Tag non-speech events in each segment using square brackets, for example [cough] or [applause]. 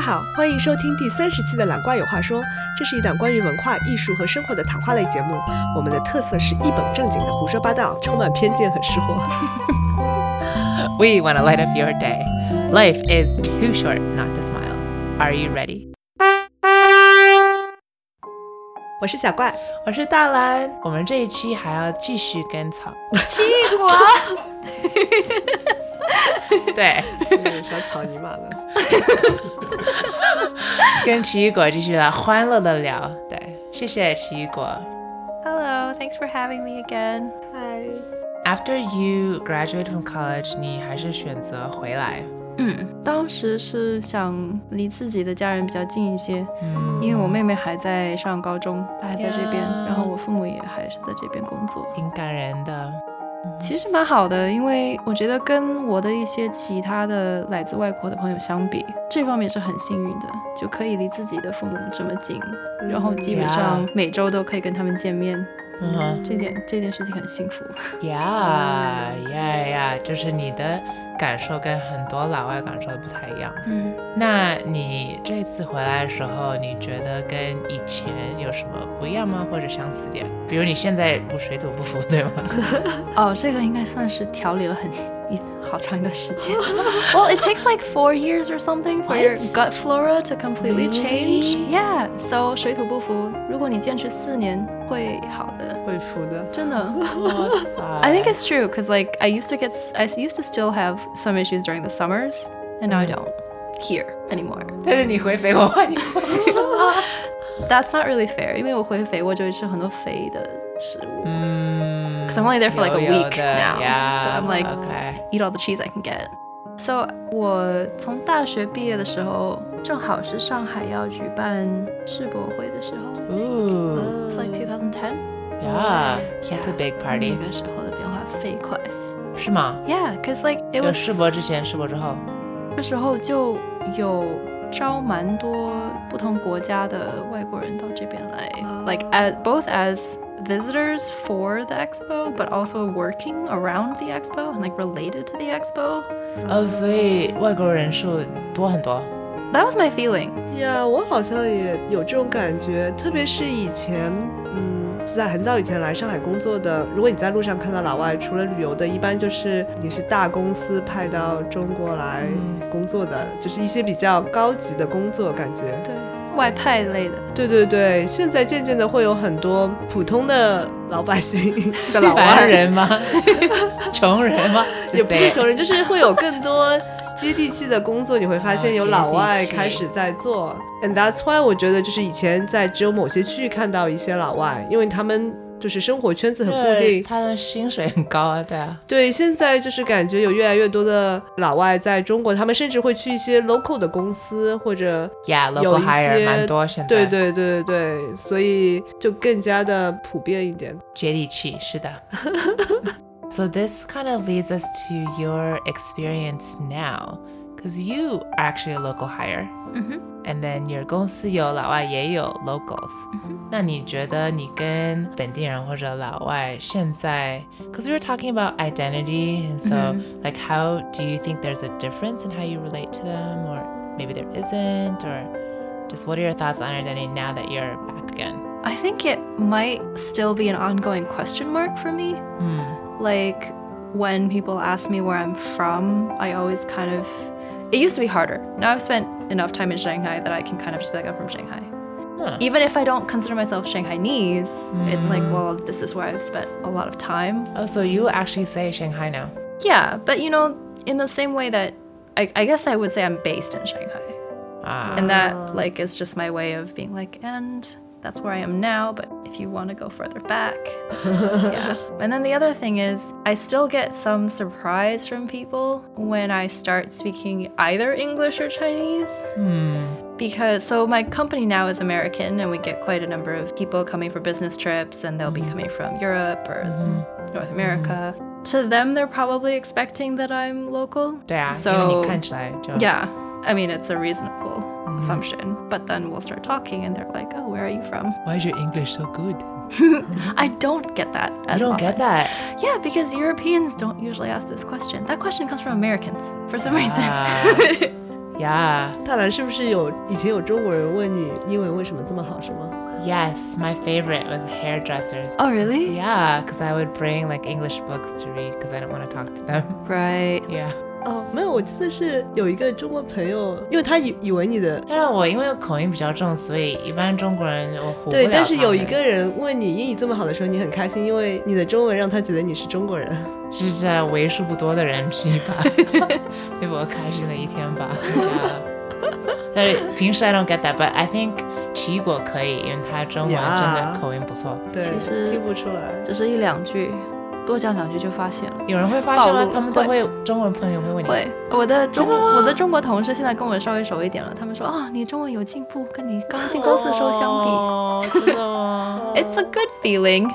好，欢迎收听第三十期的《懒瓜有话说》，这是一档关于文化艺术和生活的谈话类节目。我们的特色是一本正经的胡说八道，充满偏见和吃货。 We want to light up your day. Life is too short not to smile. Are you ready? [laughs] 我是小怪，我是大蓝，我们这一期还要继续跟草。西 [laughs] 瓜，对，说草泥马的。跟奇异果继续来欢乐的聊。对，谢谢奇异果。 Hello, thanks for having me again. 嗨， After you graduate from college，你还是选择回来。嗯，当时是想离自己的家人比较近一些，嗯因为我妹妹还在上高中，她还在这边呀然后我父母也还是在这边工作，挺感人的。其实蛮好的，因为我觉得跟我的一些其他的来自外国的朋友相比，这方面是很幸运的，就可以离自己的父母这么近，嗯然后基本上每周都可以跟他们见面，嗯哼这件这件事情很幸福。 ，Yeah Yeah Yeah，就是你的感受跟很多老外感受不太一样。嗯。那你这次回来的时候，你觉得跟以前有什么不一样吗？或者相似点？比如你现在不水土不服，对吗？哦，这个应该算是调理了很一好长一段时间。well, it takes like four years or something for your gut flora to completely change. Really? Yeah, so 水土不服，如果你坚持四年会好的，会服的。真的。哇塞 I think it's true because like I used to get s- I used to still have some issues during the summers, and now I don't here anymore. 但是你回肥国话，你会说。 That's not really fair，因为我回肥我就会吃很多肥的食物。 [laughs] 嗯 'Cause I'm only there for like a 油油 week 的 now, Yeah, so I'm like- okay. eat all the cheese I can get. So 我从大学毕业的时候，正好是上海要举办世博会的时候 Ooh, ，It's like 2010。Oh. yeah, it's a big 那 party. 个时候的变化飞快。是吗？ Yeah, cause like Mm-hmm it 有 was 世博之前，世博之后。那时候就有招蛮多不同国家的外国人到这边来，like Oh. as both as visitors for the expo, but also working around the expo and like related to the expo. 哦，所以外国人数多很多。 That was my feeling. 呀我好像也有这种感觉，特别是以前，嗯，在很早以前来上海工作的，如果你在路上看到老外，除了旅游的，一般就是你是大公司派到中国来嗯工作的，就是一些比较高级的工作感觉。对，外派类的。对对对，现在渐渐的会有很多普通的老百姓 [laughs] 的老外凡，[laughs] 人吗？穷人吗？也不是谁啊穷人，就是会有更多接地气的工作。你啊会发现有老外开始在做，and that's why 我觉得就是以前在只有某些区域看到一些老外，因为他们就是生活圈子很固对定。他的薪水很高啊，对啊，对，现在就是感觉有越来越多的老外在中国，他们甚至会去一些 local 的公司或者呀，有 local 一 hire 些蛮多，现在对对对对对，所以就更加的普遍一点。接地气， [laughs] 是的。so this kind of leads us to your experience now, because you are actually a local hire, 嗯哼。 and then your 公司有老外也有 locals 嗯。哼那你觉得你跟本地人或者老外现在，because we were talking about identity, and so、嗯 like how do you think there's a difference in how you relate to them, or maybe there isn't, or just what are your thoughts on identity now that you're back again? I think it might still be an ongoing question mark for me. 嗯。 Like, when people ask me where I'm from, I always kind of. It used to be harder. Now I've spent enough time in Shanghai that I can kind of just be like, I'm from Shanghai. Huh. Even if I don't consider myself Shanghainese, it's like, well, this is where I've spent a lot of time. Oh, so you actually say Shanghai now? Yeah, but you know, in the same way that I, I guess I would say I'm based in Shanghai. Ah, And that, like, is just my way of being like, and that's where I am now, but if you want to go further back. yeah. And then the other thing is, I still get some surprise from people when I start speaking either English or Chinese. hmm. Because, so my company now is American, and we get quite a number of people coming for business trips, and they'll be coming from Europe or Mm-hmm. North America. To them, they're probably expecting that I'm local. 对啊， So- 因为你看起来就 Yeah, I mean, it's a reasonable Mm-hmm. assumption. But then we'll start talking, and they're like, oh, where are you from? [laughs] Why is your English so good? I don't get that. You As don't often. get that. Yeah, because Europeans don't usually ask this question. That question comes from Americans for some reason. Ah. Yeah. 大兰是不是有以前有中国人问你英文为什么这么好是吗？ Yes, my favorite was hairdressers. [laughs] Oh, really? Yeah, because I would bring like English books to read because I didn't want to talk to them. [laughs] Right. Yeah. 哦，没有，我记得是有一个中国朋友，因为他以以为你的但是我因为口音比较重，所以一般中国人我唬不对，了但是他有们一个人问你英语这么好的时候，你很开心，因为你的中文让他觉得你是中国人。是这为数不多的人之一吧， [laughs] 被我开心的一天 [laughs] 吧。Yeah. 但是平时 I don't get that, but I think 齐果可以，因为他中文真的 Yeah. 口音不错。 [laughs] 对，其实听不出来。只是一两句，多讲两句就发现了。有人会发现暴吗露？他们都会会中文朋友会问你，会，我的中真的吗我的中国同事现在跟我稍微熟一点了，他们说啊、你中文有进步，跟你刚进公司的时候相比、哦真的 [laughs] 吗 i t s a good feeling.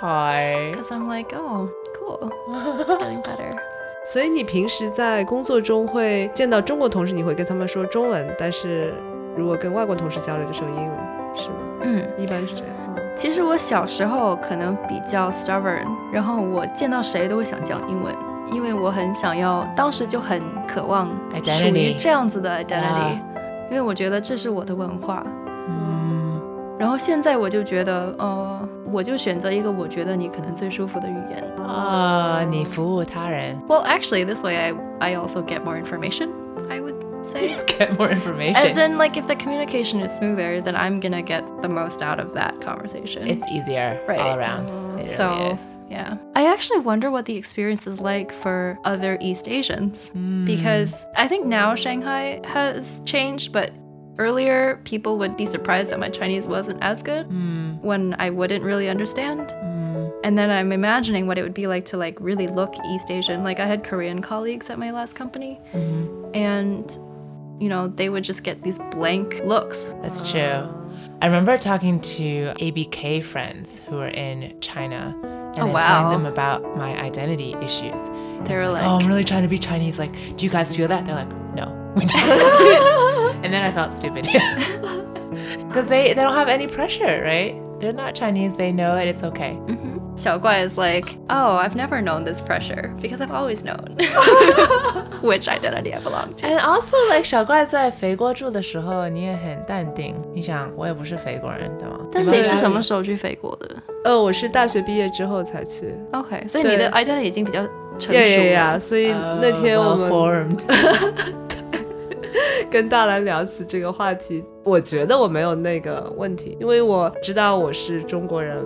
？OK。 Cause I'm like, oh, cool, it's getting better. [laughs] 所以你平时在工作中会见到中国同事，你会跟他们说中文，但是如果跟外国同事交流就是用英文，是吗？嗯，一般是这样。其实我小时候可能比较 stubborn，然后我见到谁都会想讲英文，因为我很想要，当时就很渴望 Identity 属于这样子的 identity，因为我觉得这是我的文化。嗯然后现在我就觉得，呃，我就选择一个我觉得你可能最舒服的语言。啊，Uh, 你服务他人 Well, actually, this way I I also get more information. I would say. [laughs] ，get more information. As in, like, if the communication is smoother, then I'm gonna get the most out of that conversation. It's easier Right. all around. It really so, is. yeah. I actually wonder what the experience is like for other East Asians Hmm. Mm. because I think now Shanghai has changed, but earlier people would be surprised that my Chinese wasn't as good 嗯 when I wouldn't really understand. 嗯 And then I'm imagining what it would be like to like really look East Asian. Like I had Korean colleagues at my last company 嗯 and you know, they would just get these blank looks. That's true. I remember talking to ABK friends who were in China and Oh, then wow. telling them about my identity issues. And They they're were "Oh, like- I'm really trying to be Chinese. Like, do you guys feel that?" They're like, [laughs] "No." [laughs] we don't." and then I felt stupid [laughs] because they they don't have any pressure, right? They're not Chinese. They know it. It's [laughs] okay. Mhm. Xiao Guai is like, oh, I've never known this pressure because I've always known [laughs] which identity I belong to. And also, like 小怪在肥国住的时候，你也很淡定。你想，我也不是肥国人，对吗？你是什么但是你是什么时候去美国的？OK，所以你的呃，我是大学毕业之后才去。啊对。 identity 呀呀已经比较成熟了。呀！所以那天我们 [laughs] formed 跟大兰聊起这个话题，我觉得我没有那个问题，因为我知道我是中国人，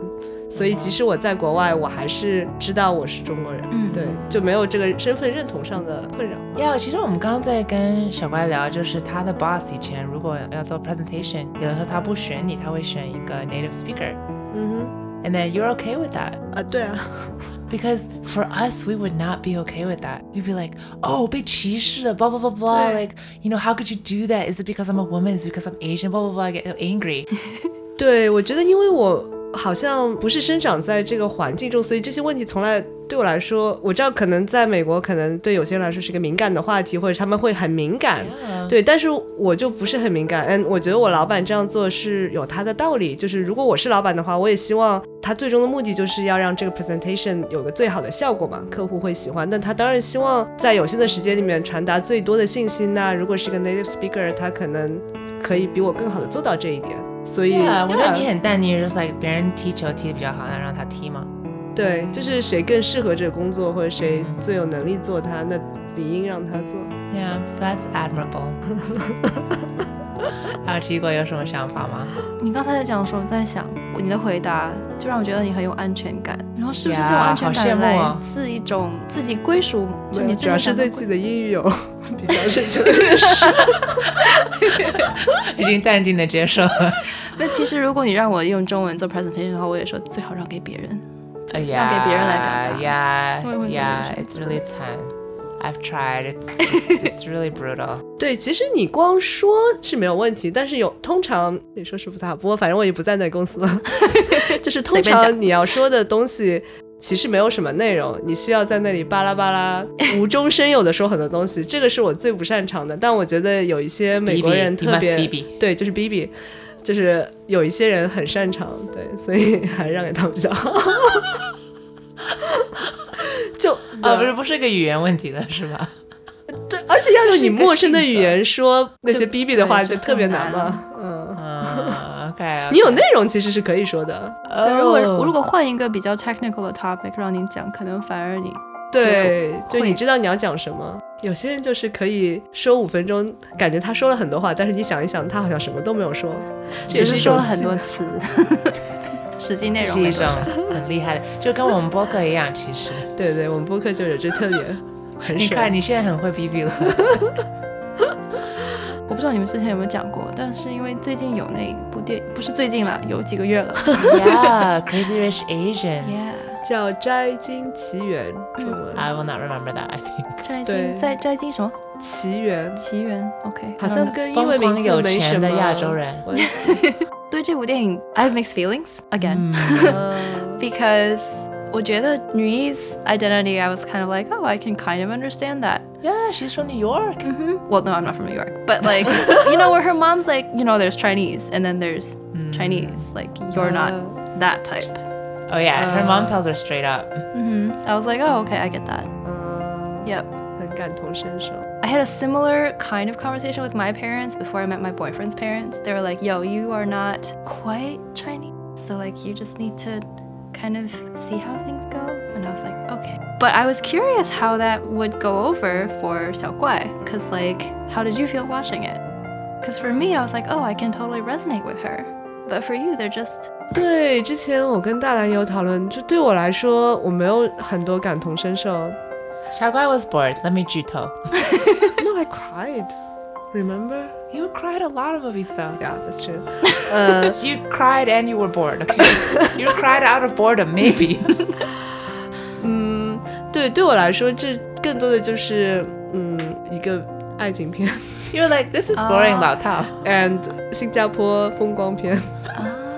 所以即使我在国外，我还是知道我是中国人，嗯对，就没有这个身份认同上的困扰。呀，其实我们刚刚在跟小怪聊，就是他的 boss 以前如果要做 presentation，有的时候他不选你，他会选一个 native speaker，and 嗯 then you're okay with that。哼，啊，对啊， Because for us, we would not be okay with that. We'd be like, oh, big cheese, blah, blah, blah, blah. 对。 Like, you know, how could you do that? Is it because I'm a woman? Is it because I'm Asian? Blah, blah, blah. I get so angry. 对，我觉得因为我好像不是生长在这个环境中，所以这些问题从来对我来说，我知道可能在美国，可能对有些人来说是一个敏感的话题，或者他们会很敏感。 Yeah. 对，但是我就不是很敏感。嗯，我觉得我老板这样做是有他的道理。就是如果我是老板的话，我也希望他最终的目的就是要让这个 presentation 有个最好的效果嘛，客户会喜欢。但他当然希望在有限的时间里面传达最多的信息。那如果是个 native speaker，他可能可以比我更好的做到这一点。所以 Yeah, 我觉得你 yeah，很淡定，就是 like 别人踢球踢得比较好，那让他踢嘛。对，就是谁更适合这个工作，或者谁嗯最有能力做它，那理应让他做。 Yeah, so that's admirable. 还有奇异果有什么想法吗？你刚才在讲的时候，我在想你的回答，就让我觉得你很有安全感。然后是不是这种呀安全好羡感慕来啊自一种自己归属？就没你有主要是对自己己的英语有 [laughs] 比较认 [laughs] 真的认识。已经淡定的接受了。那其实如果你让我用中文做 presentation 的话，我也说最好让给别人。哎呀，让给别人来表达我也 Yeah, 会做 yeah, it's 这种 really 惨。I've tried. It's it's, it's really brutal. 对，其实你光说是没有问题，但是有通常你说是不大，不过反正我也不在那公司 [laughs] 了，就是通随便常讲你要说的东西。其实没有什么内容，你需要在那里巴拉巴 [laughs] 拉无中生有的说很多东西，这个是我最不擅长的。但我觉得有一些美国 BB 人 you 特 must 别 BB 对，就是 B B，就是有一些人很擅长，对，所以还让给他们比较好。 [laughs] 就 [laughs] 啊，不是，不是一个语言问题的是吧？对，而且要用是你一个陌生的性语格言说那些就逼逼的话，对就就特别更难难了。嗯，嗯，OK，你有内容其实是可以说的，但如果如果果换一个比较 technical 的 topic 让你讲，可能反而你对，就你会知道你要讲什么。有些人就是可以说五分钟，感觉他说了很多话，但是你想一想，他好像什么都没有说。这也是只是一说种了很技多能词，实际这内容是没一多种少很厉害的，就跟我们播客一样，其实。对对，我们播客就有这特点，很你看爽。你现在很会逼逼了，我不知道你们之前有没有讲过，但是因为最近有那部电，不是最近啦，有几个月了。 [laughs] Yeah，Crazy Rich Asians。 yeah，叫《摘金奇缘》，嗯中文啊《 I will not remember that. I think 摘对金摘摘金什么奇缘》，奇缘？OK，好 I 像 don't know 跟英疯文名狂字有没钱什么的亚洲人。关系。对这部电影 I have mixed feelings again、嗯嗯 because 我觉得女一 's identity I was kind of like oh I can kind of understand that。 Yeah, she's from New York. Well, no, I'm not from New York, but [laughs] like you know where her mom's like you know there's Chinese and then there's Chinese like [laughs] you're not that type. Oh yeah, her mom Uh, tells her straight up. hmm I was like oh okay I get that. 嗯， Yep. 很感同身受。 I had a similar kind of conversation with my parents before I met my boyfriend's parents. They were like, yo, you are not quite Chinese. So, like, you just need to kind of see how things go. And I was like, okay. But I was curious how that would go over for Xiao Guai. Because, like, how did you feel watching it? Because for me, I was like, oh, I can totally resonate with her. But for you, they're just, 对，之前我跟大蓝有讨论，就对我来说，我没有很多感同身受。 Shagwai was bored. Let me 剧透。 No, I cried. Remember? You cried a lot of movies though. Yeah, that's true. [laughs] 呃， You cried and you were bored. [laughs] Okay, you cried out of boredom [laughs] maybe. 嗯，对，对我来说，这更多的就是嗯一个爱情片 You're like this is boring, Oh. 老套。 and 新加坡风光片。 ah,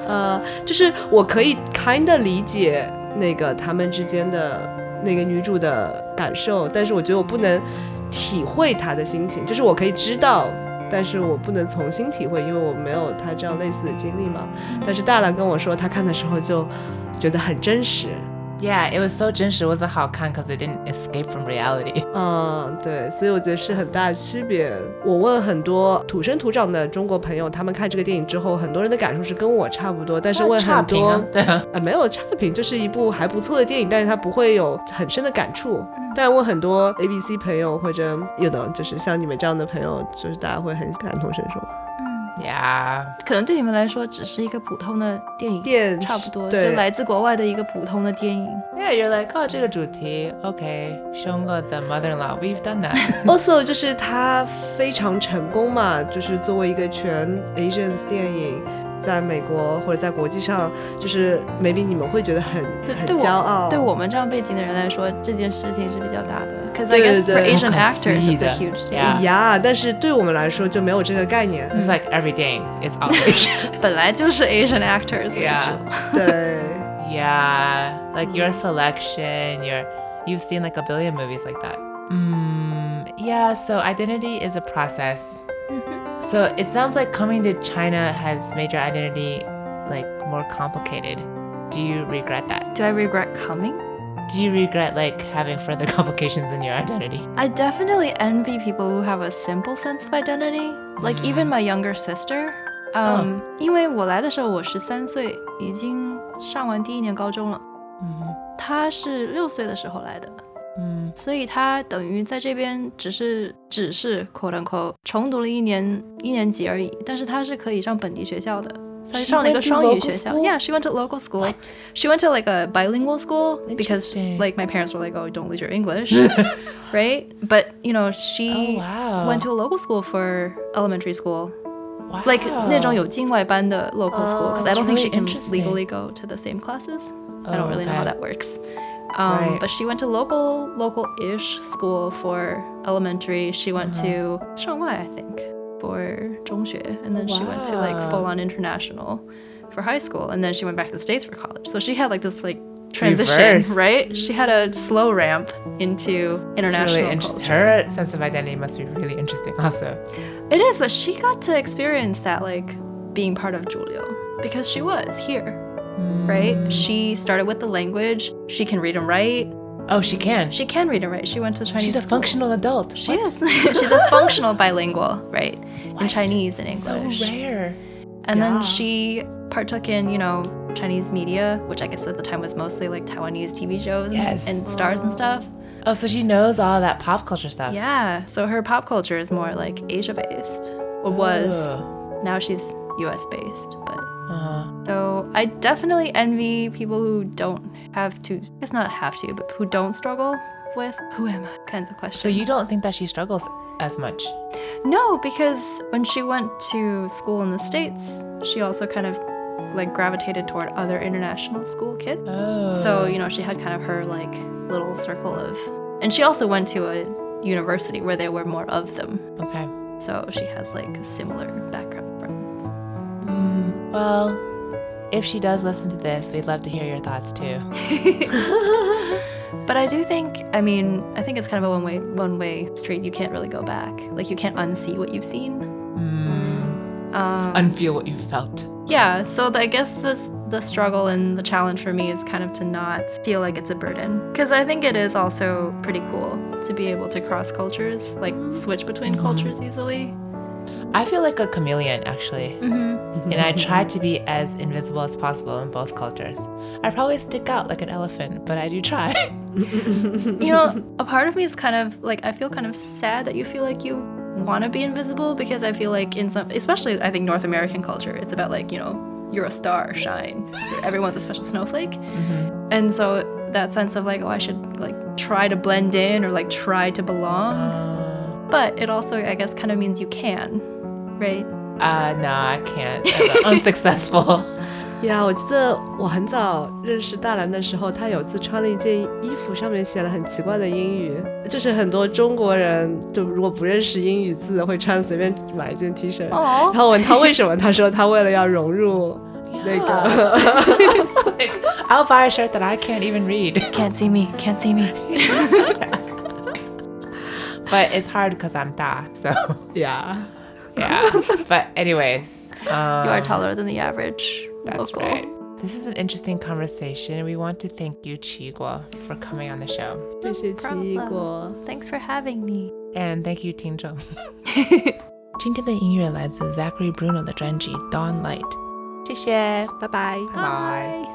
呃，就是我可以 kind of 理解那个他们之间的那个女主的感受，但是我觉得我不能体会她的心情，就是我可以知道。但是我不能重新体会，因为我没有她这样类似的经历嘛。但是大兰跟我说，她看的时候就觉得很真实。 Yeah, it was so 真实，it wasn't 好看 because it didn't escape from reality. 嗯，对，所以我觉得是很大的区别。我问很多土生土长的中国朋友，他们看这个电影之后，很多人的感受是跟我差不多，但是问很多差评啊，对啊。啊，没有差评，就是一部还不错的电影，但是它不会有很深的感触。嗯但我很多 A B C 朋友或者 you know，就是像你们这样的朋友，就是大家会很感同身受。 [laughs] Mm. Yeah. 可能对你们来说只是一个普通的电影，电差不多，对就来自国外的一个普通的电影。 Yeah, you're like, oh, 这个主题，OK，凶过 the mother-in-law. We've done that. Also，就是它非常成功嘛，就是作为一个全 Asians 电影。在美国或者在国际上，就是 maybe 你们会觉得很对很对我骄傲，对我们这样背景的人来说，这件事情是比较大的。Because I 对 guess 对 for 对 Asian 不可思 actors, 议 it's 的 a huge Yeah. deal。呀，但是对我们来说就没有这个概念。嗯 It's like [laughs] everything is [laughs] English. [laughs] 本来就是 Asian actors 为 Yeah. 主。对， yeah, like Mm-hmm. your selection, your you've seen like a billion movies like that. Mm-hmm. Mm, yeah, so identity is a process. Mm-hmm. So it sounds like coming to China has made your identity like more complicated. Do you regret that? Do I regret coming? Do you regret like having further [laughs] complications in your identity? I definitely envy people who have a simple sense of identity, like Mm. even my younger sister. Um, 因为我来的时候我十三岁，已经上完第一年高中了。Mm-hmm. 她是六岁的时候来的，Oh, 所以她等于在这边只是只是 quote unquote 重读了一年一年级而已，但是她是可以上本地学校的，所以 She 上了 went 一个 to 双语 local 学校。 school? Yeah, she went to local school. She went to like a bilingual school because Interesting. like my parents were like, "Oh, don't lose your English," [laughs] right? But you know, she Oh, wow. went Mm-hmm. to a local school for elementary school, Wow. like 那种有境外班的 local school because I that's don't think really she can interesting. legally go to the same classes. I don't Oh, really know how okay. that works. Um, Right. But she went to local local-ish school for elementary. She went to Uh-huh. Shanghai, I think, for 中学, and then she went to like Wow. full-on international for high school, and then she went back to the states for college. So she had like this like transition, Reverse. right? She had a slow ramp into It's international really interesting. culture. Her sense of identity must be really interesting, also. It is, but she got to experience that like being part of Julio because Mm-hmm. she was here, right? She started with the language. She can read and write. Oh, she can. She can read and write. She went to Chinese. She's a school. functional adult. She What? is. [laughs] She's a functional bilingual, right? In What? Chinese and English. So Oh, rare. And Yeah. then she partook in, you know, Chinese media, which I guess at the time was mostly like Taiwanese TV shows and- Yes. and stars and stuff. Oh, so she knows all that pop culture stuff. Yeah. So her pop culture is more like Asia based, or was. Ugh. Now she's US based. But Uh-huh. so I definitely envy people who don't have to, I guess not have to, but who don't struggle with who am I kinds of questions. So you don't think that she struggles as much? No, because when she went to school in the States, she also kind of like gravitated toward other international school kids. Oh. So, you know, she had kind of her like little circle of. And she also went to a university where there were more of them. Okay. So she has like similar background friends. Mm, well, if she does listen to this, we'd love to hear your thoughts too. But I do think, I mean, I think it's kind of a one way one way street. You can't really go back. Like you can't unsee what you've seen. Mm, Um, unfeel what you felt. yeah so the, i guess this the struggle and the challenge for me is kind of to not feel like it's a burden because i think it is also pretty cool to be able to cross cultures like switch between Mhm. cultures easily I feel like a chameleon, [laughs] actually. And I try to be as invisible as possible in both cultures. I probably stick out like an elephant, but I do try. [laughs] you know a part of me is kind of like i feel kind of sad that you feel like you want to be invisible because i feel like in some especially i think north american culture it's about like you know you're a star shine everyone's a special snowflake Mm-hmm. and so that sense of like oh i should like try to blend in or like try to belong Uh, But it also, I guess, kind of means you can, right? uh, no, I can't. I'm [laughs] unsuccessful. [laughs] 呀我记得我很早认识大兰的时候，她有次穿了一件衣服，上面写了很奇怪的英语，就是很多中国人就如果不认识英语字，会穿随便买一件 T 恤。然哦，后问她为什么，她说她为了要融入那 Yeah. [laughs] 个。 It's like, I'll buy a shirt that I can't even read. can't see me, can't see me. But it's hard because I'm Da, so [laughs] Yeah. yeah. But anyways, You are um, taller than the average That's local. right. This is an interesting conversation. and We want to thank you, Chigua, for coming on the show. 这是奇异果。 Thanks for having me. And thank you, Ting [laughs] Zhong. 今天的音乐来自 Zachary Bruno 的专辑《Dawn Light》。谢谢，拜拜，拜拜。 Bye.